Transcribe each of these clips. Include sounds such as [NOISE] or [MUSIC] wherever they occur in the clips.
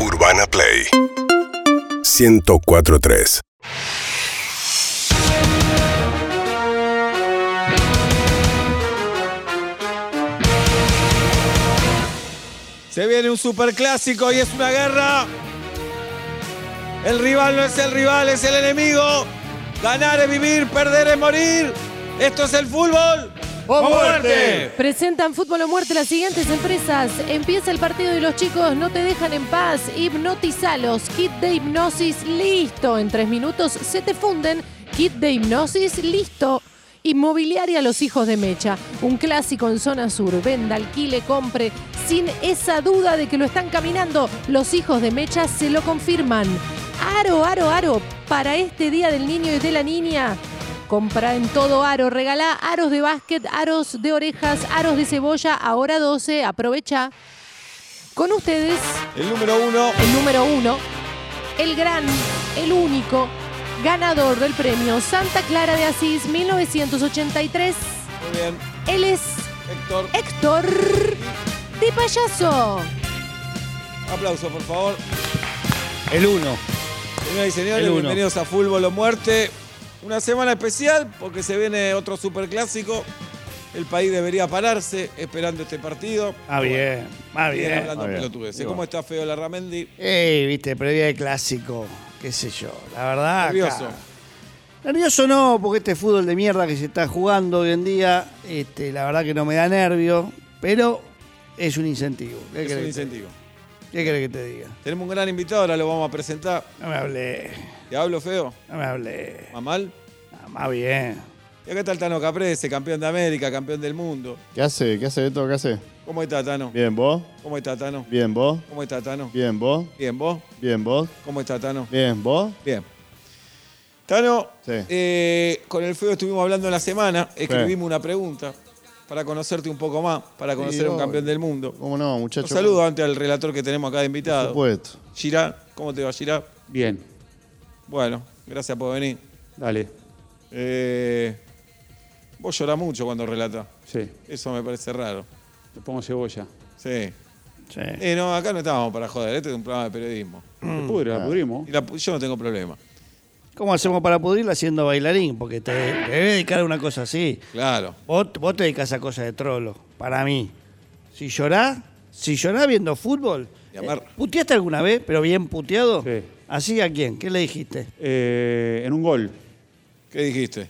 Urbana Play 1043 Se viene un superclásico y es una guerra. El rival no es el rival, es el enemigo. Ganar es vivir, perder es morir. Esto es el fútbol. ¡O muerte! Presentan Fútbol o Muerte las siguientes empresas. Empieza el partido y los chicos no te dejan en paz. Hipnotizalos. Kit de hipnosis listo. En tres minutos se te funden. Kit de hipnosis listo. Inmobiliaria Los Hijos de Mecha. Un clásico en zona sur. Venda, alquile, compre. Sin esa duda de que lo están caminando. Los Hijos de Mecha se lo confirman. Aro, aro, aro. Para este Día del Niño y de la Niña. Compra en todo aro, regala aros de básquet, aros de orejas, aros de cebolla, ahora 12, aprovecha. Con ustedes, El número uno. el número uno, el gran, el único, ganador del premio Santa Clara de Asís 1983. Muy bien, Él es Héctor. Héctor de Payaso. Aplauso, por favor. El 1. Señoras y señores, El uno. bienvenidos a Fútbol o Muerte. Una semana especial porque se viene otro superclásico. El país debería pararse esperando este partido. Ah, bien. Ah, Bien, bien. hablando pelotudeces. ¿Cómo está feo Larramendi? Ey, viste, previa de clásico. Qué sé yo. La verdad. acá- Nervioso. Nervioso no, porque este fútbol de mierda que se está jugando hoy en día, este, la verdad que no me da nervio, pero es un incentivo. ¿Qué Es querés un que- incentivo. ¿Qué querés que te diga? Tenemos un gran invitado, ahora lo vamos a presentar. No me hablé. ¿Te hablo feo? No me hablé. ¿Mamal? Ah, Más bien. Y acá está el Tano Caprese, campeón de América, campeón del mundo. ¿Qué hace? ¿Qué hace Beto? ¿Qué hace? ¿Cómo está, Tano? Bien, vos. ¿Cómo está, Tano? Bien, vos. ¿Cómo está, Tano? Bien, vos. Bien, ¿vos? Bien, vos. ¿Cómo está, Tano? Bien, vos. Bien. Tano, Sí. eh, con el feo estuvimos hablando en la semana, escribimos Sí. una pregunta para conocerte un poco más, para conocer Sí, a un obvio. campeón del mundo. ¿Cómo no, Un muchachos? saludo antes al relator que tenemos acá de Por invitado. supuesto. Girá, ¿cómo te va, Girá? Bien, Bueno, gracias por venir. dale, Eh, vos llorás mucho cuando relatás. sí, Eso me parece raro. le pongo cebolla. Sí. Sí. Eh, no, acá no estábamos para joder. Este es un programa de periodismo. Mm, Le pudre, la pudrimos. Y la pu- yo no tengo problema. ¿Cómo hacemos para pudrirla siendo bailarín? Porque te, te debes dedicar a una cosa así. Claro. Vos, vos te dedicas a cosas de trolo, para mí. Si llorás, si llorás viendo fútbol. Y amar- eh, ¿Puteaste alguna vez, pero bien puteado? Sí. ¿Así a quién? ¿Qué le dijiste? Eh, en un gol, ¿Qué dijiste?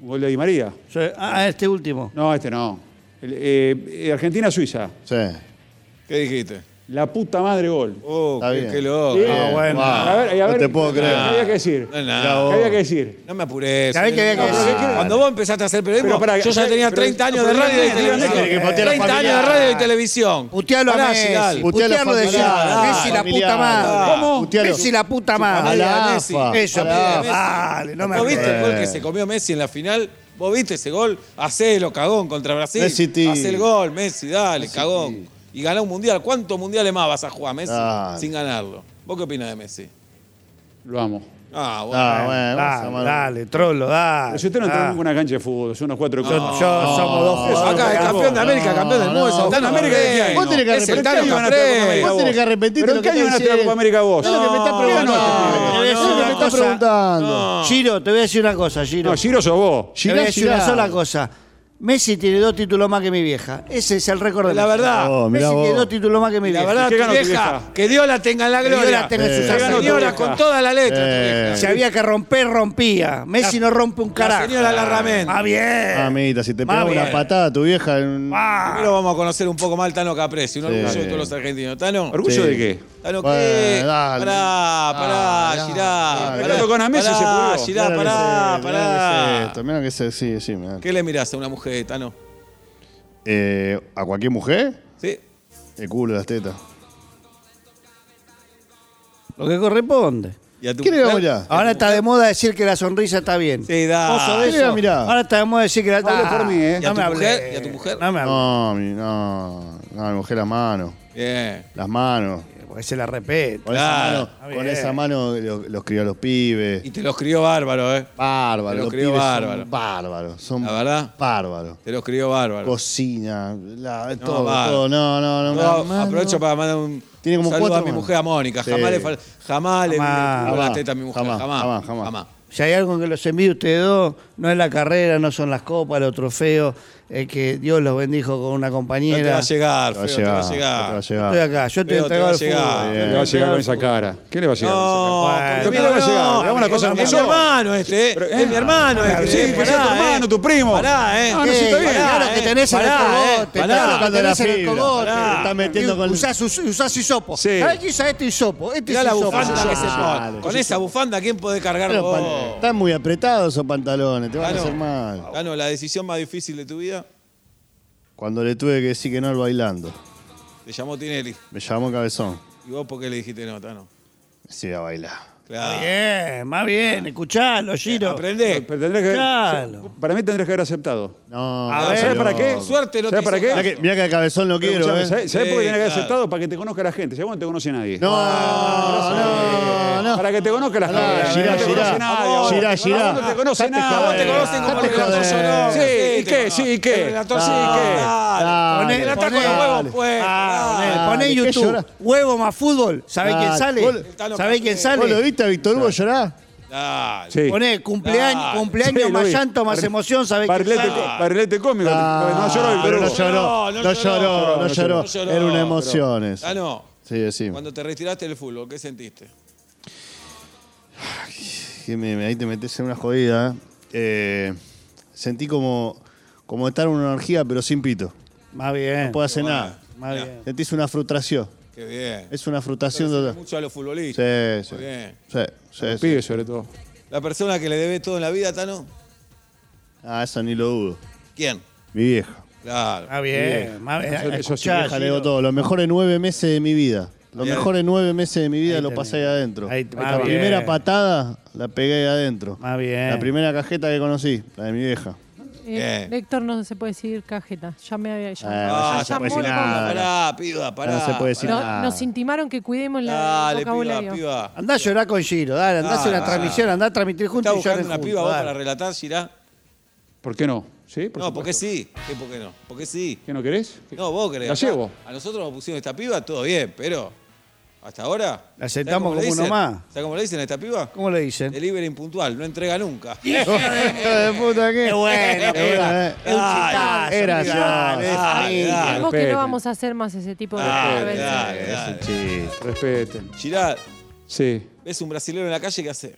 un gol de Di María. So- Ah, a este último. No, este no. El- eh, eh, Argentina-Suiza, Sí. ¿Qué dijiste? la puta madre gol. Oh, Está qué, bien. qué loco. Sí. Bien, Ah, bueno. guau. A ver, y a no ver, te puedo ¿qué creer. había que decir? No es Mirá nada. vos. ¿Qué había que decir? No me apures. ¿Sabés qué había que No, decir? pero Cuando vos empezaste a hacer periodismo, Pero pará, yo ya pero- tenía pero- 30 años de pero- radio y pero- televisión. pero- que patea la 30 años familia. de radio y televisión. Putealo a Pará, Messi. Giral. Putealo de Putealo a ya. familiar, Messi la puta familiar. madre. ¿Cómo? Putealo. Messi la puta A madre. la Messi. AFA. Eso, A la Messi. AFA. Dale, no me ¿Vos viste el acuerdo. gol que se comió Messi en la final? ¿Vos viste ese gol? Hacelo, cagón, contra Brasil. Messi, ti. Hacé el gol, Messi, dale, cagón. Y ganá un mundial. ¿Cuántos mundiales más vas a jugar, Messi? Dale. Sin ganarlo. ¿Vos qué opinás de Messi? Lo amo. Ah, bueno. Ah, bueno, vamos a Dale, llamar- dale, trolo, dale. Pero si usted no dale. Ah. entra en una cancha de fútbol, son unos cuatro Yo, cosas. yo somos dos Eso, jugadores. acá es que campeón de América, campeón del no, mundo, no, es Tano vos América. tenés- ¿qué? vos tenés es que el arrepentirte, Tano van a Caprese. Copa América, Vos tenés que arrepentirte ¿Pero de en lo qué que año te ganaste la dice. Copa América vos? Es lo que me está preguntando. no, Es lo que me está cosa- preguntando. Giro, te voy a decir una cosa, Giro. No, Giro sos Te vos. voy a Girá, decir girá. una sola cosa. Messi tiene dos títulos más que mi vieja. Ese es el récord de La Messi. verdad. Oh, mirá Messi vos. tiene dos títulos más que mi Y la vieja. verdad, ¿Qué tu ganó tu vieja, vieja? que Dios la tenga en la Que Dios gloria. la tenga en Eh, sus que alas. ganó tu Señora, vieja. con toda la letra. tu Eh, vieja. Si había que romper, rompía. Messi no rompe un carajo. señora Larramendi. Ah, bien. Ah. Amiguita, si te Más pegaba una bien. patada a tu vieja en un... Primero vamos a conocer un poco más al Tano Caprese, un Sí. orgullo de todos los argentinos. Tano, ¿Orgullo Sí. de qué? Tano, Bueno, ¿qué? dale. Ah, Pará, pará, Dale, girá. dale. pará, Lo tocó a Messi, pará, se pudrió. Girá, Mirá lo que pará, es, mirá lo que es pará. esto, mirá lo que es, sí, sí, mirá. ¿Qué le mirás a una mujer, Tano? Eh, ¿A cualquier mujer? ¿Sí? El culo, las tetas. Lo que corresponde. ¿Y a tu ¿Qué le vamos mujer? ya? Ahora está de moda decir que la sonrisa está bien. Sí, da. ¿Vos sabés Mira, eso? mirá. Ahora está de moda decir que la... Ah, No hables por mí, ¿eh? No ¿Y a tu me hables. mujer? ¿Y a tu mujer? No me hables. No, mi- no, no, mi mujer las manos. Bien. Las manos. porque se la respeta. Con Claro. Ah, esa mano, con esa mano lo- los, crió a los pibes. Y te los crió bárbaro, ¿eh? Bárbaro, Te lo los crió pibes bárbaro. son bárbaros. Son La verdad. Bárbaros. Te los crió bárbaro. Cocina, la- No, todo, bárbaro. todo. No, no, no. No, una mano. aprovecho para mandar un Tiene como saludo cuatro a mi manos. mujer, a Mónica. Sí. Jamás le fal- jamás le Jamás. le puso la Jamás, teta a mi mujer. Jamás, jamás, jamás. jamás, jamás. Si hay algo que los envíe ustedes dos, no es la carrera, no son las copas, los trofeos, es que Dios los bendijo con una No te va compañera. a llegar, Te va a feo, te va a llegar, te va a llegar. llegar. Estoy acá, yo te Pero te va entrego a el llegar. Bien. Eh, Le va a llegar con esa cara. ¿Qué le va a llegar? No, con esa cara? conmigo ¿Qué le va a llegar? no, Hagamos las cosas como es mi son. hermano este, eh. es mi hermano este. sí, eh, pues es tu hermano, tu primo. Pará, eh. Ah, no, sí, está bien. Pará, Claro que eh. tenés en el Pará, cogote, eh. Pará. claro que Tocando tenés la en el fibra. cogote. Pará. Está metiendo con- Usás, us- usás hisopo. Sí. ¿Sabés qué usa este hisopo? Este Mirá es la hisopo. bufanda que se Ah, pone. Con esa bufanda, ¿quién puede cargar Pero vos? Ah, pan- Están muy apretados esos pantalones, te van Claro. a hacer mal. Cano, Ah, la decisión más difícil de tu vida Cuando le tuve que decir que no al bailando, te llamó Tinelli. me llamó Cabezón. ¿Y vos por qué le dijiste no, Tano? Sí, a bailar. Está Claro. Bien, más bien, escuchalo, Giro. Aprendé. Pero tendrías que- Claro. Para mí tendrías que haber aceptado. No, A ver, ¿sabes ¿para qué? Suerte no ¿Sabes te para hizo qué? Mirá caso. que, mirá que a Cabezón lo quiero, Escuchame, ¿eh? ¿Sabes sabés por Sí, qué tenés que haber claro. aceptado? Para que te conozca la gente. Si vos no te conoce nadie. Ah, No, no, no. Para que te conozca la Pará, gente. girá, no te girá. conoce nadie. ahora. Girá, girá. A vos No te conoce Date nadie. joder. A vos te conocen como Date el relator joder. sonoro. Sí, ¿y te qué? conocen. Sí, ¿y qué? El Ah, relator sí, ¿y qué? Dale. Dale. El relator con los huevos, pues. Ah, Ah, poné ¿de qué YouTube, llora? huevo más fútbol, ¿sabés Ah, quién sale? vos- ¿Sabés quién ¿Vos lo sale? viste a Víctor Hugo llorar? Dale. Sí. Poné cumpleaños, Claro. cumpleaños Sí, lo más vi. llanto, más Barri- emoción, ¿sabés quién Barrilete, sale? co- barrilete cómico. Ah, no lloró el pero Perú. no lloró, No lloró, no, lloró, no no lloró. lloró. No lloró, Era una pero- emoción eso. Tano, Sí, decime. Ah, cuando te retiraste del fútbol, ¿qué sentiste? Que me- ahí te metes en una jodida. ¿eh? Eh, sentí como, como estar en una orgía, pero sin pito. Más bien, No puedo hacer nada. más bien. Sentís una frustración. Qué bien. Es una frustración total. Mucho a los futbolistas. Sí, sí. Muy bien. Sí, sí, sí. Pibe, sobre todo. La persona que le debe todo en la vida, Tano, Ah, eso ni lo dudo. ¿quién? Mi vieja. Ah, Claro. Más bien, más bien. Eso- eso sí, Escuchá, Vieja, le digo Giro. todo. Los mejores nueve meses de mi vida. Los Bien. mejores nueve meses de mi vida Ahí lo tenés. pasé ahí adentro. Ahí- ah, la bien. primera patada la pegué ahí adentro. Más bien. La primera cajeta que conocí, la de mi vieja. Bien. Eh, Héctor no se puede decir cajeta. Ya me había. ya- Ah, Ah, no se ya puede muy decir cómodo. nada. Pará, piba, pará. No se puede decir No- nada. Nos intimaron que cuidemos la el Dale, vocabulario. piba, piba. Andá a llorar con Giro, dale, andá a hacer Ah, una transmisión, andá a transmitir ¿Estás juntos y buscando lloren una juntos. piba vos dale. para relatar, Girá? ¿Por qué no? ¿Sí? Por no, porque supuesto. sí. ¿Qué por qué no? Porque sí. ¿Qué no querés? No, vos querés. La Acá, llevo. A nosotros nos pusieron esta piba, todo bien, pero hasta ahora. La sentamos ¿sabés cómo le como uno dicen? más. ¿Sabés cómo le dicen a esta piba? ¿Cómo le dicen? Oh. Delivery impuntual, no entrega [LAUGHS] nunca. [LAUGHS] Hijo de puta, ¿qué? Qué bueno, Qué bueno, eh. es un chistazo, es gracioso. dale, es Dale, familia. dale. Sabemos que Respeten. no vamos a hacer más ese tipo de Dale, controversias. dale. Es un chiste. Respeten. Girá, Sí. ves un brasilero en la calle, ¿qué hace?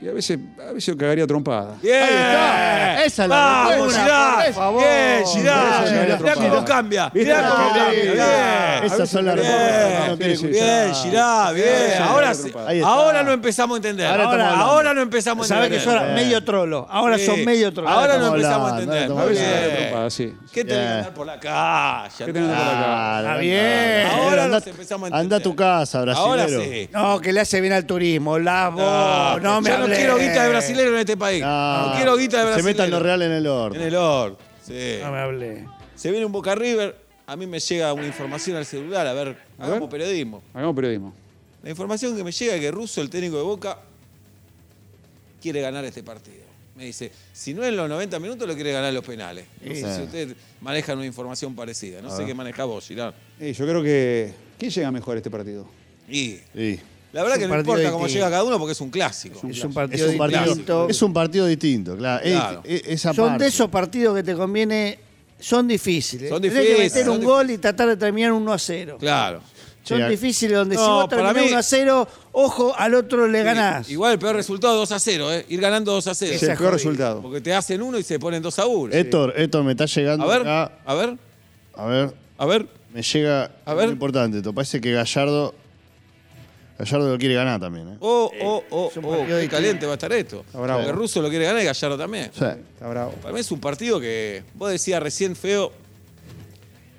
Y a veces, a veces yo cagaría trompada. ¡Bien! está. Esa es la ¡Vamos, respuesta, Girá! por favor. ¡Bien, Girá! Por eso Mirá llegaría cómo atropada. cambia. ¿Viste? Mirá cómo Sí, cambia. sí, Bien. Esas son las Bien. respuestas que uno Sí, quiere sí, escuchar. Bien, Girá, bien. Ahora, sí. Ahí está. ahora no empezamos a entender. Ahora estamos Ahora, hablando. ahora no empezamos a Sabés que entender. son ahora medio trolo, ahora Sí. son medio trolo. Ahora no Estamos empezamos a hablando, entender. estamos A veces Bien. cagaría trompada, sí. ¿Qué tenés que Bien. andar por la calle? ¿Qué tenés que andar por la Claro, calle? Está bien. claro. Ah, Ahora Andá- nos empezamos a entender. Andá a tu casa, Ahora brasilero. sí. No, que le hace bien al turismo, la voz, no, me Ah, yo no hablé. quiero guita de brasilero en este país. No, Ah, quiero guita de Se brasilero. metan los reales en el En orden. el or. Sí. No me hablé. Se viene un Boca River. A mí me llega una información al celular. A ver, hagamos ver. periodismo. Hagamos periodismo. La información que me llega es que Russo, el técnico de Boca, quiere ganar este partido. Me dice, si no en los 90 minutos, lo quiere ganar en los penales. No sé Sí. si ustedes manejan una información parecida. No sé qué maneja vos, Girard. Y yo creo que. ¿Quién llega mejor a este partido? Y Sí. la verdad Es que un no partido importa cómo distinto. llega cada uno porque es un clásico. Es un Es partido un distinto. partido, es un partido distinto, claro. Es- Claro. es- esa son parte. de esos partidos que te conviene, son difíciles. Son Tenés que difíciles, meter son un dif- gol y tratar de terminar 1 a 0. Claro. Son Sí, a- difíciles donde si No, vos para terminás mí- 1 a 0, ojo, al otro le ganás. I- Igual el peor resultado 2 a 0, ¿eh? Ir ganando 2 a 0. Es el peor jodida. resultado. Porque te hacen uno y se ponen 2 a 1. Héctor, Héctor, me está A llegando ver, acá. a ver, A ver, a ver. me llega A a ver. ver. importante. Esto. Parece que Gallardo Gallardo lo quiere ganar también, ¿eh? Oh, oh, oh, son oh. partidos Qué distintos. caliente va a estar esto. Habrá Porque uno. Russo lo quiere ganar y Gallardo también. Sí. Está bravo. Para mí es un partido que, vos decías recién, Feo,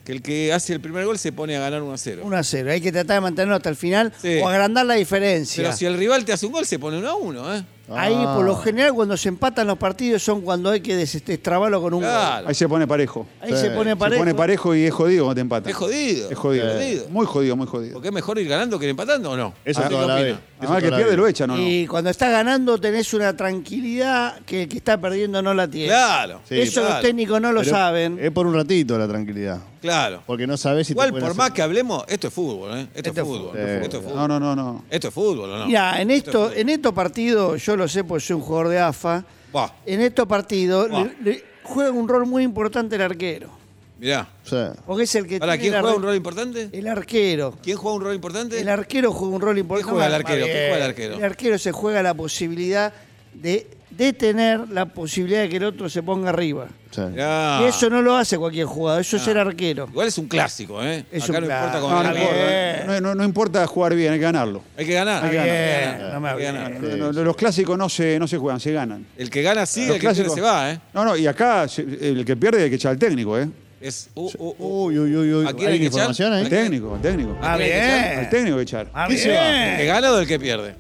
que el que hace el primer gol se pone a ganar 1 a 0. 1 a 0. Hay que tratar de mantenerlo hasta el final Sí. o agrandar la diferencia. Pero si el rival te hace un gol, se pone 1 a 1, ¿eh? Ahí, Ah. por lo general, cuando se empatan los partidos son cuando hay que destrabarlo con un gol. Claro, Ahí se pone parejo. Ahí se pone parejo. Se pone parejo y es jodido cuando te empatan. es jodido. Es jodido. Muy jodido, muy jodido. Porque es mejor ir ganando que ir empatando o no. Eso ¿Usted toda qué la opina? vida. Eso Además, el que toda la pierde vida. lo echa, ¿no? no. Y cuando estás ganando tenés una tranquilidad que el que está perdiendo no la tiene. Claro. Sí, Eso claro. los técnicos no lo Pero eh, saben. Es por un ratito la tranquilidad. Claro. Porque no sabes si Igual, te por pueden hacer- más que hablemos, esto es fútbol, ¿eh? Esto, Esto es es fútbol. fútbol. Esto es fútbol. No, no, no, no. Esto es fútbol, ¿o no? Mira, en es esto, fútbol. en e- estos partidos, yo lo sé porque soy un jugador de AFA, Buah, en estos partidos Buah. le- le juega un rol muy importante el arquero. mirá. O sea, Porque es el que Ahora, tiene ¿quién la juega re- Eh, un rol importante? El arquero. ¿Quién juega un rol importante? El arquero juega un rol importante. juega el No, arquero? más ¿Qué bien. juega el arquero? El arquero se juega la posibilidad de detener la posibilidad de que el otro se ponga arriba. o sea, Mirá. Y eso no lo hace cualquier jugador, Ah. eso es ser arquero. Igual es un clásico, ¿eh? Es Acá un no importa clásico. con No, no, el arquero. importa. No- no- no importa jugar bien, hay que ganarlo. Hay que ganar. Hay que ganar. Hay que Bien, ganar, no me hay que hables. ganar. No, no, no, los clásicos no se, no se juegan, se ganan. El que gana sigue, Los el que pierde clásicos- se va, ¿eh? No, no, y acá se- el que pierde hay que echar al técnico, ¿eh? Es. uh, uh, uh. Uy, uy, uy, uy. ¿A quién hay ¿Hay que información ¿eh? echar? ahí? Al técnico, al técnico. Ah, bien. Al técnico hay que echar. Ah, ¿Qué se ¿El bien. que gana o el que pierde?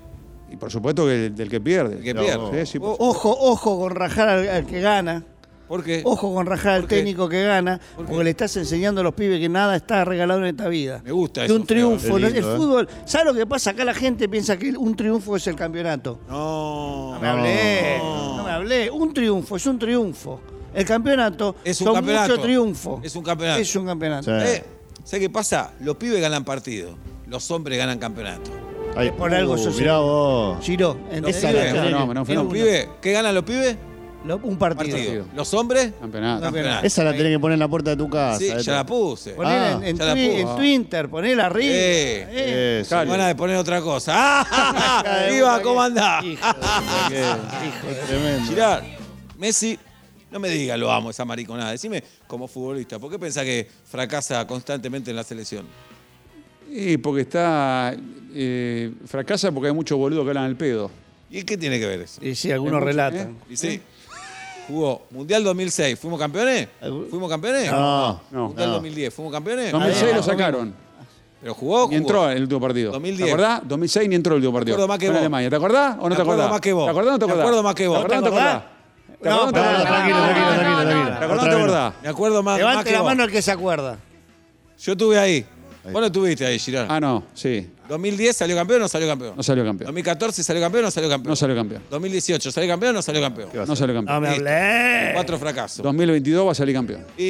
Y por supuesto que el, del que pierde. El que No. pierde. Oh, Sí, sí, por- Ojo, ojo con rajar al, al que gana. ¿Por qué? Ojo con rajar al ¿Por qué? técnico que gana. ¿Por qué? porque le estás enseñando a los pibes que nada está regalado en esta vida. Me gusta Que eso, un triunfo. Feo. no- Qué lindo, el eh. fútbol. ¿Sabes lo que pasa? Acá la gente piensa que un triunfo es el campeonato. No. No me hablé. No me hablé. Un triunfo es un triunfo. El campeonato Es un son campeonato. mucho triunfo. Es un campeonato. Es un campeonato. Sí. Eh, ¿Sabes qué pasa? Los pibes ganan partido, los hombres ganan campeonato. Ay, Por algo sos- Uh, Mirá vos. Giro, sí, la es un tele. fenómeno, un Es fenómeno. uno. Pibes, ¿Qué ganan los pibes? Lo- un partido. Partido. Ah, ¿Los hombres? Campeonato. Campeonato. Esa la tenés que poner en la puerta de tu casa. Sí, ¿eh? ya la puse. Ponela en, Ah, en ya la twi- puso. en Twitter, ponela arriba. Eh, Eh. Eso. Cali. Van a poner otra [LAUGHS] cosa. ¡Ah! [LAUGHS] de Iba, puta ¿cómo que- andás? Ah, Es tremendo. Girard, Messi, no me diga lo amo esa mariconada. Decime como futbolista, ¿por qué pensás que fracasa constantemente en la selección? Y porque está. eh, fracasa porque hay muchos boludos que hablan al pedo. ¿Y qué tiene que ver eso? Y sí, algunos mucho, relatan. Y sí, jugó Mundial 2006, ¿fuimos campeones? ¿Fuimos campeones? No, No. Mundial no. 2010, ¿fuimos campeones? 2006 lo Ah, sacaron. Pero jugó, jugó. Ni entró eh. en el último partido. 2010. ¿Te acordás? 2006 ni entró en el último partido. acuerdo más que Con vos. Alemania. ¿Te acordás o no Me acuerdo te acordás? más que vos. ¿Te acordás o no te Me acordás? acuerdo más que vos. ¿Te acordás o no te ¿Te acordás? acordás? ¿Te acordás o no te Pará, acordás? tranquilo, tranquilo, tranquilo, tranquilo. ¿Te acordás o no Otra te vez no. acordás? Me acuerdo más, más Levante que la vos. mano el que se acuerda. Yo estuve ahí. Vos no estuviste ahí, Girard. Ah, no, sí. 2010 salió campeón o no salió campeón. No salió campeón. 2014 salió campeón o no salió campeón. No salió campeón. 2018 salió campeón o no salió campeón. No salió campeón. No me Listo. hablé. Cuatro fracasos. 2022 va a salir campeón. Y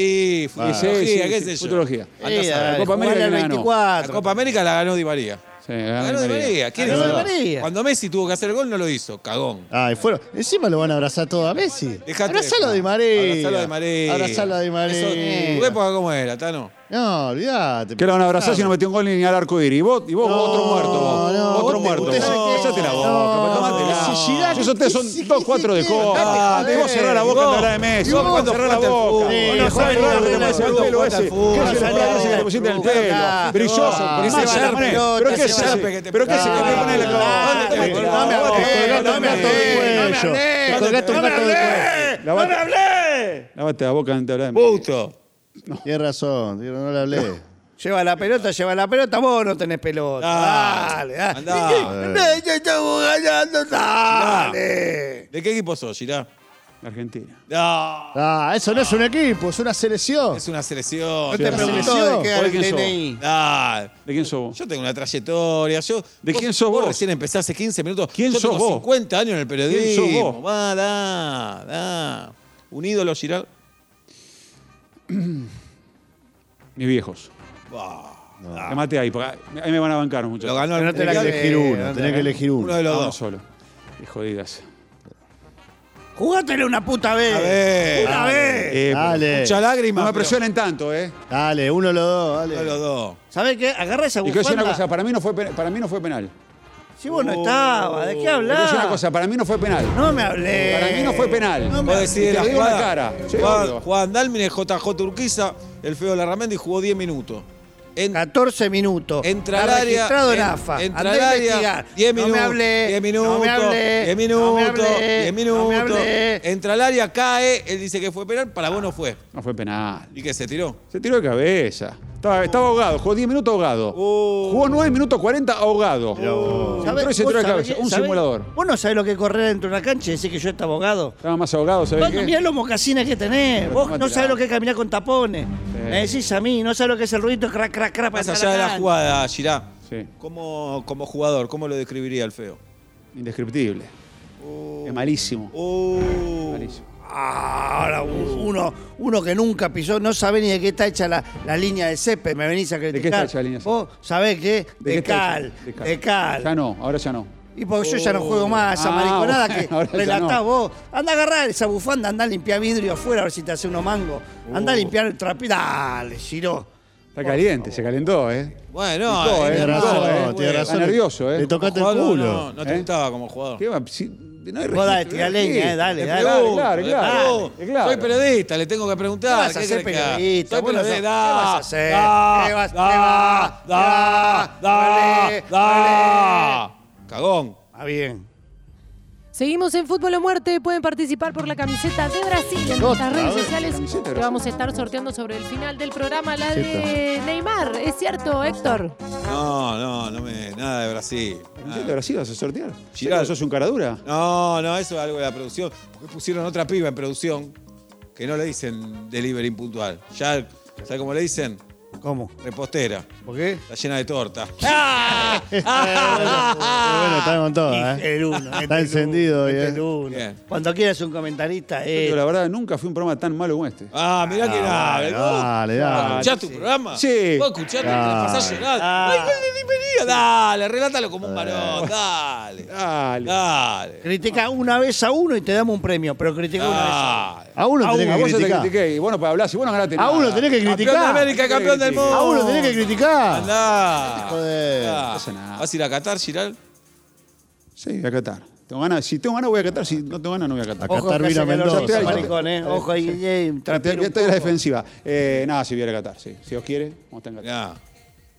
Y sí, futurología, sí, qué sí, sé yo. futurología. Andá a Sí, saber. dale, Copa América jugale al que ganó. 24. La Copa América la ganó Di María. Sí, La ganó Di María. ¿Quién La es? ganó Di María. Cuando Messi tuvo que hacer el gol no lo hizo. Cagón. Ay, fueron. Encima lo van a abrazar todo a Messi. Dejate. Abrazalo de María. Abrazalo de María. Abrazalo de María. Eso- ¿Tu época cómo era, Tano? No, olvídate. Que lo van a abrazar si no metió un gol ni al arco iris. Y vos, y vos No, otro muerto. vos. no, otro vos te- muerto. usted vos. se- Cállate la no, boca, no, tomátela. si Girard- Si ustedes son dos, cuatro de copa. Andate, Y vos cerrá la boca cuando habla de Messi. ¿Y vos cuándo cerrá la jugaste al boca. fútbol? Vos Sí, no ¿cuándo sabés nada de jugaste al el pelo fútbol? ese. ¿Qué es el ¿Cuándo pelo ese que jugaste te al pusiste en el fútbol? pelo? Ah, Brilloso. ah, Parece más Barnet. yarpe, Pero qué más es ese. yarpe que te Pero qué es ese que te pegaste. pone en el Ah, codo. eh, no me hablé, no me hablé, Lavate- no me hablé, no me hablé, Lavate- Lavate la boca antes de hablar de Messi. Puto. Tienes razón, tío, no le hablé. Lleva la pelota, lleva la pelota, vos no tenés pelota. Ah, dale, dale. andá. Eh, yo estamos ganando, dale. ¿De qué equipo sos, Girá? Argentina. No. Ah, eso no es un equipo, es una selección. Es una selección. No te Sí, preguntó de selección. qué ¿Por era el quién sos? DNI. Ah, ¿De quién sos vos? yo tengo una trayectoria. Yo, ¿De quién sos vos? recién empecé hace 15 minutos. ¿Quién yo sos tengo vos? 50 años en el periodismo. ¿Quién sos vos? Va, da, da. Un ídolo, Girard. Mis viejos. Bah, Te maté ahí, porque ahí me van a bancar muchachos. Lo ganó el Pero no te la Tenés que Mundial. creo. elegir uno, Eh, tenés que elegir uno uno. de los Ah, Uno dos. solo. Qué jodidas. Jugátele una puta vez. A ver. Una vez. Eh, Dale, Mucha lágrima. no me pero- presionen tanto, ¿eh? dale, uno de los dos, Uno de dale. los dos. ¿Sabés qué? Agarra esa Y que decir una cosa, bufanda. para mí no fue, pe- para mí no fue penal. Si vos no estabas, ¿de qué Te voy a decir Oh, una hablás? cosa, para mí no fue penal. No me hablé. Para mí no fue penal. No me- Vos Y decidís te la lo digo en la jugada. cara. Sí, Juan, obvio. Juan Dálmine, JJ Urquiza, el feo Larramendi jugó 10 minutos. En- 14 minutos. Entra Está al área. registrado en en- AFA. entra Andá al a área, investigar. 10 No minutos. me hablé. 10 minutos. No me hablé. 10 no me minutos. hablé, 10 No minutos. Eh, me hablé. Entra al área, cae. Él dice que fue penal. Para vos no fue. No fue penal. Y que se tiró. Se tiró de cabeza. Estaba, estaba ahogado, jugó 10 minutos ahogado. Uh. Jugó 9 minutos 40 ahogado. Entró y se Oh. ¿Vos tiró de sabés cabeza. qué- Un sabés- simulador. Vos no sabés lo que es correr dentro de una cancha y decir que yo estaba abogado. Estaba más ahogado, ¿sabes Vos qué? mirá los mocasines que tenés. Vos no tómatela. sabés lo que es caminar con tapones. Me decís a mí, no sabés lo que es el ruido crac, crac, crac. Más para allá de la cancha. jugada, Girá. Sí, Como, como jugador, ¿cómo lo describiría el feo? indescriptible. Oh. Es malísimo. Uh. malísimo. Ahora, u- uno, uno que nunca pisó, no sabe ni de qué está hecha la, la línea de césped, me venís a criticar. qué está hecha la línea de Vos sabés qué, de, ¿De qué está cal, hecho? de cal, Ya no, ahora ya no. Y porque yo ya no juego más, esa Ah, mariconada bueno, que [LAUGHS] ahora ya relatás no. vos. Anda a agarrar esa bufanda, anda a limpiar vidrio afuera a ver si te hace unos mangos. Anda a Uh. limpiar el trapito. Dale, Giro. Está caliente, se calentó, ¿eh? Bueno, Picó, eh, Tiene Tienes no, razón, razón, eh. bueno. tienes razón. Está nervioso, eh. Le tocaste el Jugador, culo. No, no te ¿Eh? gustaba como jugador. ¿Qué va? Si- no hay Vos dale, registro, tira no hay leña, eh, registro. dale, Le dale. pregunto, Claro, le claro, pregunto. claro. Soy periodista, le tengo que ¿Qué preguntar. vas a ¿qué hacer crees que haga? periodista? Soy Vos no sabés. ¿Qué periodista, vas a hacer? da, ¿Qué vas- qué da, va? da, ¿Qué va? da, Dale, da. Cagón. Ah, bien. Seguimos en Fútbol o Muerte. Pueden participar por la camiseta de Brasil en nuestras redes vez, sociales. camiseta de Que Brasil. vamos a estar sorteando sobre el final del programa la de Neymar. ¿Es cierto, Héctor? No, no, no me. Nada de Brasil. ¿La nada. camiseta de Brasil vas a sortear? Giral. Giral. ¿Sos un caradura? Eh. No, no, eso es algo de la producción. Porque pusieron otra piba en producción que no le dicen delivery impuntual. Ya, ¿sabes cómo le dicen? ¿Cómo? Repostera. ¿Por qué? Está llena de torta. Pero Ah, bueno, está con todo, Y ¿eh? el [LAUGHS] uno. este el encendido uno, hoy, este eh. el uno. Bien. Cuando quieras un comentarista, eh. Yo, la verdad, nunca fui un programa tan malo como este. [LAUGHS] Ah, mirá que Dale, nada. dale, dale. ¿Escuchás tu programa? Sí. ¿Vos escuchaste? ¿Le Dale. pasás llorando? Ah. Ay, gol de Di María. Dale, relátalo como un varón. Dale. Dale. Ah, Dale. Critica una vez a uno y te damos un premio, pero critica Ah. una vez a uno. Dale. A uno A tenés uno, que vos ya te criticar. critiqué. Y bueno, para hablar, si vos no ganaste A nada. uno tenés que Campeón de criticar. América, campeón del mundo. A uno tenés que criticar. Andá. Joder, Andá. no pasa nada. ¿Vas a ir a Qatar, Giral? Sí, voy a Qatar. Tengo ganas. Si tengo ganas, voy a Qatar. Si no tengo ganas, no voy a Qatar. Acá Ojo, está que hace Vino calor, Mendoza. ese maricón, eh. Ojo ahí, eh, Estoy trapero un estoy a la poco. defensiva. Eh, nada, si voy a ir a Qatar, sí. Si Dios quiere, vamos a estar en Qatar. Mirá,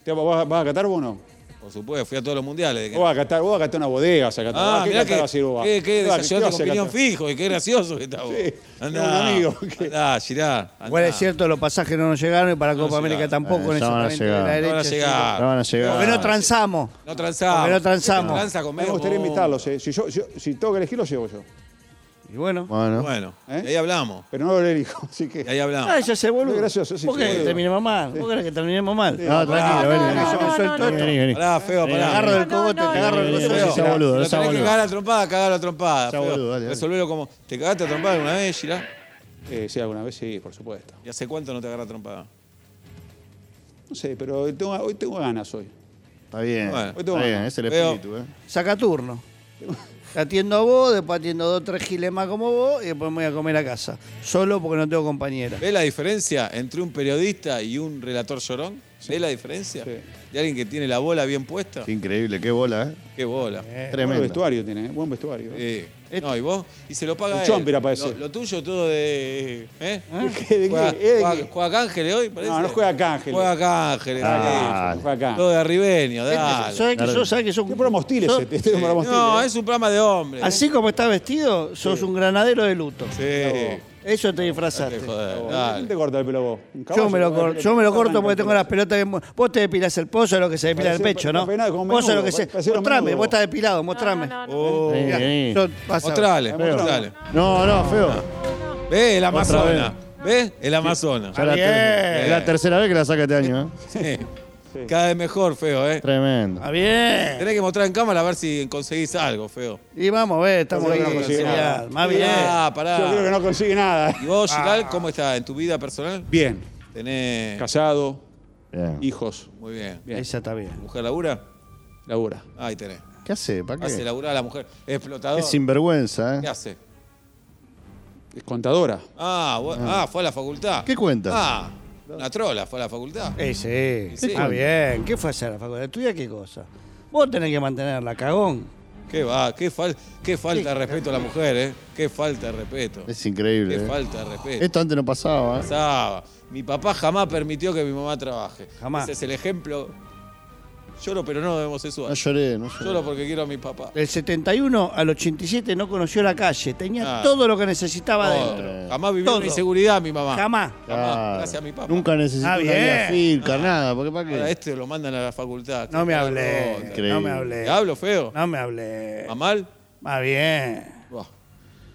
¿Te vas, vas a Qatar vos o no? por supuesto, fui a todos los mundiales. de que- Vos vas a Qatar, vos vas a Qatar una bodega, vas a Qatar. Ah, ¿A qué mirá Qatar que, vas a ir vos? qué, qué Vas a- desayuno vas con a opinión Qatar? fijo y qué gracioso que está vos. Sí, Andá, tengo un amigo que- andá, Girá, andá. Bueno, es cierto, los pasajes no nos llegaron y para Copa llegaron. América tampoco. Eh, ya van a necesariamente, la llegar. No van a derecha, llegar. Ya van a llegar. Porque no transamos. No transamos. Porque no transamos. Tranza conmigo. Me gustaría invitarlos. eh. Si, yo, yo- si tengo que elegir, los llevo yo. Y bueno. Bueno, Uh, Bueno, ¿Eh? y ahí hablamos. Pero no lo elijo, [LAUGHS] así que... y ahí hablamos. Ah, ya se boludo. Muy gracioso, sí, ¿Vos querés que boludo. terminemos mal? ¿Vos querés que terminemos mal? no, tranquilo, no, vení. no, Yo- no, yo soy no, todo- no. Vení, vení. Pará, feo, Te pará. agarro del No, no, cogote, no, te agarro del Feo, cogote. no, No no, seas boludo, no lo seas tenés que boludo. cagar a trompada, cagar a trompada. Ya, feo. boludo, dale, dale. Resolvelo como. ¿Te cagaste a trompada alguna vez, Girá? Eh, sí, alguna vez sí, por supuesto. ¿Y hace cuánto no te agarra a trompada? No sé, pero hoy tengo, hoy tengo ganas hoy. Está bien, Bueno. está bien, es el Veo. espíritu, ¿eh? Saca turno. Te atiendo a vos, después atiendo a dos, tres giles más como vos y después me voy a comer a casa. Solo porque no tengo compañera. ¿Ves la diferencia entre un periodista y un relator llorón? ¿Ves la diferencia? Sí. De alguien que tiene la bola bien puesta. Qué increíble, qué bola, ¿eh? Qué bola. Buen Tremendo. vestuario tiene, eh, buen vestuario. eh. Sí. No, y vos, y se lo paga Un él. chomper parece. Lo, lo tuyo todo de. ¿Eh? [LAUGHS] ¿De qué? ¿De Juega, qué? ¿Eh, de juega- qué? juega Cángeles hoy, parece. No, no juega Cángeles. Juega Cángeles. Ah, sí. Fue acá. Todo de arribeño, Este dale. ¿Sabes que Claro. sos? ¿Sabes que sos? Qué programa hostil es sos- este, este es un programa hostil, No, eh. es un programa de hombres. Así como estás vestido, sos un granadero de luto. Sí. Eso te disfrazaste. Dale, joder, ¿Quién dale. te corta el pelo vos? ¿Un Yo caballo? me, lo El corto, pelo yo me lo corto arranca, porque el tengo pelo. las pelotas bien. mu- Vos te depilás el pozo, es lo que se depila el Parece- pecho, ¿no? pa- pa- como Vos sos lo menudo, que se. parece lo Mostrame, menudo. vos estás depilado, mostrame. Oh, Vení, vení. Yo- vas a ver. mostrale, Vení. mostrale. No, no, feo. Ve el Amazonas. vez. ¿Ves? El Amazonas. Ya la, Bien. ter- la tercera vez que la saca este año, ¿eh? Sí. Cada vez mejor, feo, ¿eh? Tremendo. Ah, bien. Tenés que mostrar en cámara a ver si conseguís algo, feo. Y vamos a ver, estamos Yo creo ahí. que no consigue serial. nada. Más bien. Ah, Yo creo que pará. no consigue nada. ¿Y Ah. vos, Giral, cómo está en tu vida personal? Bien. Tenés. Casado, Bien. hijos, Muy bien. bien. Esa está bien. ¿Mujer labura? labura. Ahí tenés. ¿Qué hace? ¿Para Hace qué? laburar a la mujer. Explotador. Es sinvergüenza, ¿Qué ¿eh? hace? Es contadora. Ah, vos- ah, fue a la facultad. ¿Qué cuenta? Ah, una trola, fue a la facultad. Ese. Sí. Eh, Más bien. ¿Qué fue a hacer la facultad? ¿Estudia qué cosa? Vos tenés que mantenerla, cagón. Qué va, qué, fal- qué falta de respeto a la mujer, ¿eh? Qué falta de respeto. Es Qué increíble. ¿eh? falta de respeto. Esto antes no pasaba, ¿eh? Pasaba. Mi papá jamás permitió que mi mamá trabaje. Jamás. Ese es el ejemplo Lloro, pero no de homosexual. No lloré, no lloré. Lloro porque quiero a mi papá. Del 71 al 87 no conoció la calle, tenía Ah. Oh. todo lo que necesitaba Todo. adentro. Jamás vivió Todo. una inseguridad mi mamá. Jamás. Jamás, Claro. gracias a mi papá. Nunca necesité Ah, una guía bien. filca, nada. Porque, ¿Para Ahora qué? Ah, este lo mandan a la facultad. No me Otra. hablé, no me Increíble. hablé. ¿Te hablo feo? No me hablé. ¿A mal? Más bien. Buah.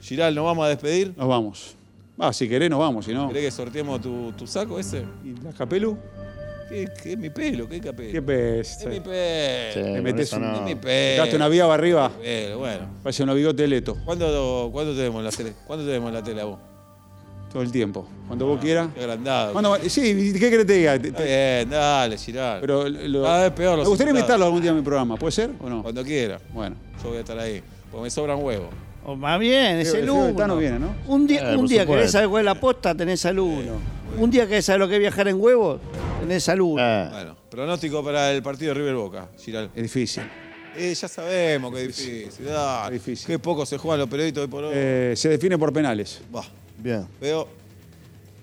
Giral, ¿nos vamos a despedir? Nos vamos. Ah, si querés nos vamos, si no. ¿Querés que sorteemos tu, tu saco ese? ¿Y la capelu? ¿Qué, qué es mi pelo? ¿Qué capelo? Qué es mi peste. Sí, pelo. con metés eso un- no. Es mi pelo. Gaste una viva arriba. Pelo, bueno. Parece un bigote de leto. ¿Cuándo, cuándo tenemos la tele? ¿Cuándo tenemos la tele a vos? Todo el tiempo. Cuando vos quieras. Ah, Qué agrandado. Cuando- sí, ¿qué querés que te diga? Te- Está te- bien, dale, Giral. Pero lo- Cada vez peor los Me gustaría invitados. invitarlo algún día a mi programa. ¿Puede ser o no? Cuando quiera. Bueno. Yo voy a estar ahí. Porque me sobran huevos. O más bien, es Creo- el creo que 1. el Tano viene, ¿no? Un día, Eh, un por día supuesto. querés saber cuál es la posta, tenés al 1. Un día querés saber lo que es viajar en huevos, tenés al 1. Ah, Bueno, pronóstico para el partido de River Boca, Giral. Es difícil. Eh, ya sabemos que es difícil. dale. Es difícil. Qué poco se juegan los periodistas hoy por hoy. Eh, se define por penales. Bah, bien. veo.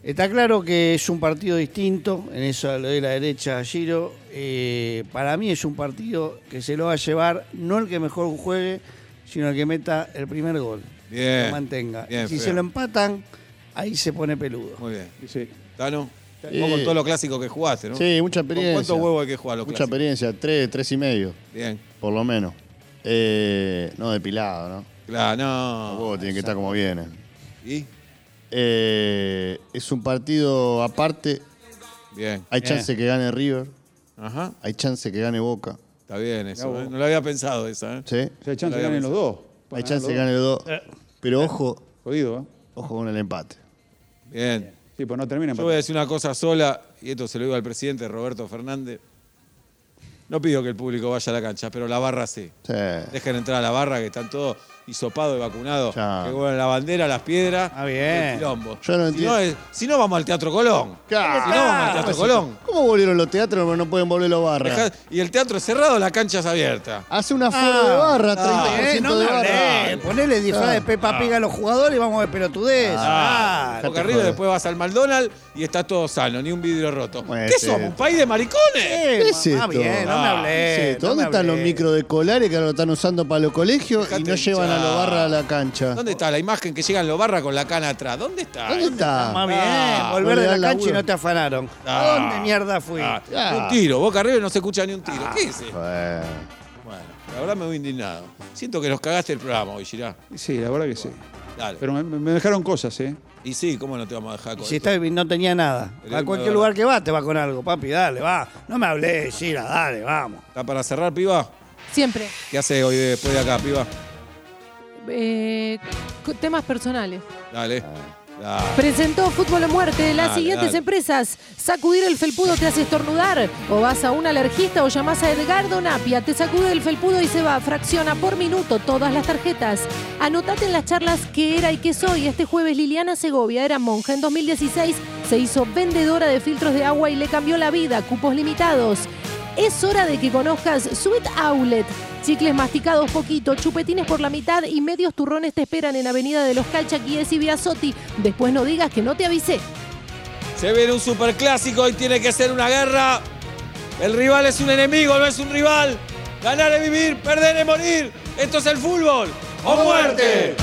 Está claro que es un partido distinto, en eso le doy la derecha a Giro. Eh, para mí es un partido que se lo va a llevar no el que mejor juegue, sino el que meta el primer gol. Bien. Lo mantenga. Bien, Y si Fede. se lo empatan, ahí se pone peludo. Muy bien. Sí. Tano, Sí. vos con todos los clásicos que jugaste, ¿no? Sí, mucha ¿Con experiencia. ¿Cuántos huevos hay que jugar los Mucha clásicos? experiencia, tres, tres y medio, Bien. por lo menos. Eh, no, depilado, ¿no? Claro, Los no. huevos tienen que estar como vienen. ¿Y? Eh, es un partido aparte. Bien. Hay Bien. chance que gane River, Ajá. hay chance que gane Boca. Está bien eso. Mirá vos. ¿eh? No lo había pensado esa, ¿eh? ¿sí? O sea, hay chance que ganen los dos. Hay chance que gane los dos. Eh. Pero ojo, Jodido, ¿eh? ojo con el empate. Bien. Sí, pues no terminen. Yo voy a decir una cosa sola, y esto se lo digo al presidente Roberto Fernández. No pido que el público vaya a la cancha, pero la barra sí. Sí. Dejen entrar a la barra, que están todos hisopados y vacunados. Ya. Que juegan la bandera, las piedras. Ah, bien. el quilombo. Yo no Si entiendo. es- Si no, vamos al Teatro Colón. Claro. Si no, vamos al Teatro Colón. ¿Cómo volvieron los teatros pero no pueden volver los barras? Dejá- y el teatro es cerrado, la cancha es abierta. Hace una aforo de barra, 30% Eh, no me de hablé. barra. Ponele disfraz de Ah. Pepa Piga a los jugadores y vamos a ver pelotudez. Ah, Ah, porque te arriba jodas. después vas al McDonald's y está todo sano, ni un vidrio roto. Bueno, ¿Qué sí. somos? ¿Un país de maricones? eh, ¿Qué es mamá, esto? bien, no me Ah, hablé. Sí, no ¿Dónde me están los hablé. micro de colares que ahora lo están usando para los colegios y Dejate no llevan a los hinchar. barras a la cancha? ¿Dónde está la imagen que llegan los barras con la cana atrás? ¿Dónde está? ¿Dónde está? Más bien, Ah, volver no le de la dan cancha y laburo. no te afanaron. Ah. ¿A dónde mierda fui? Ah, Ah. Un tiro, Boca arriba y no se escucha ni un tiro. ¿Qué es eso? Bueno. Bueno, la verdad me voy indignado. Siento que nos cagaste el programa hoy, Girá. Sí, la verdad que sí. Dale. Pero me, me dejaron cosas, ¿eh? Y sí, ¿cómo no te vamos a dejar con Si esto? está, no tenía nada. El A himno cualquier de lugar oro. que va te va con algo, papi, dale, va. No me hablé, Gira, dale, vamos. ¿Está para cerrar, piba? Siempre. ¿Qué hace hoy después de acá, piba? Eh, cu- temas personales. Dale. Ah. Dale. Presentó Fútbol a Muerte. Las Dale, siguientes dale. empresas. Sacudir el felpudo te hace estornudar. O vas a un alergista o llamás a Edgardo Napia. Te sacude el felpudo y se va. Fracciona por minuto todas las tarjetas. Anotate en las charlas qué era y qué soy. Este jueves Liliana Segovia era monja. En 2016 se hizo vendedora de filtros de agua y le cambió la vida. Cupos limitados. Es hora de que conozcas Sweet Outlet. Chicles masticados poquito, chupetines por la mitad y medios turrones te esperan en Avenida de los Calchaquíes y Biasotti. Después no digas que no te avisé. Se viene un superclásico y tiene que ser una guerra. El rival es un enemigo, no es un rival. Ganar es vivir, perder es morir. Esto es el fútbol. ¡O muerte!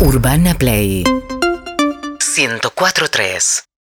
Urbana Play 104.3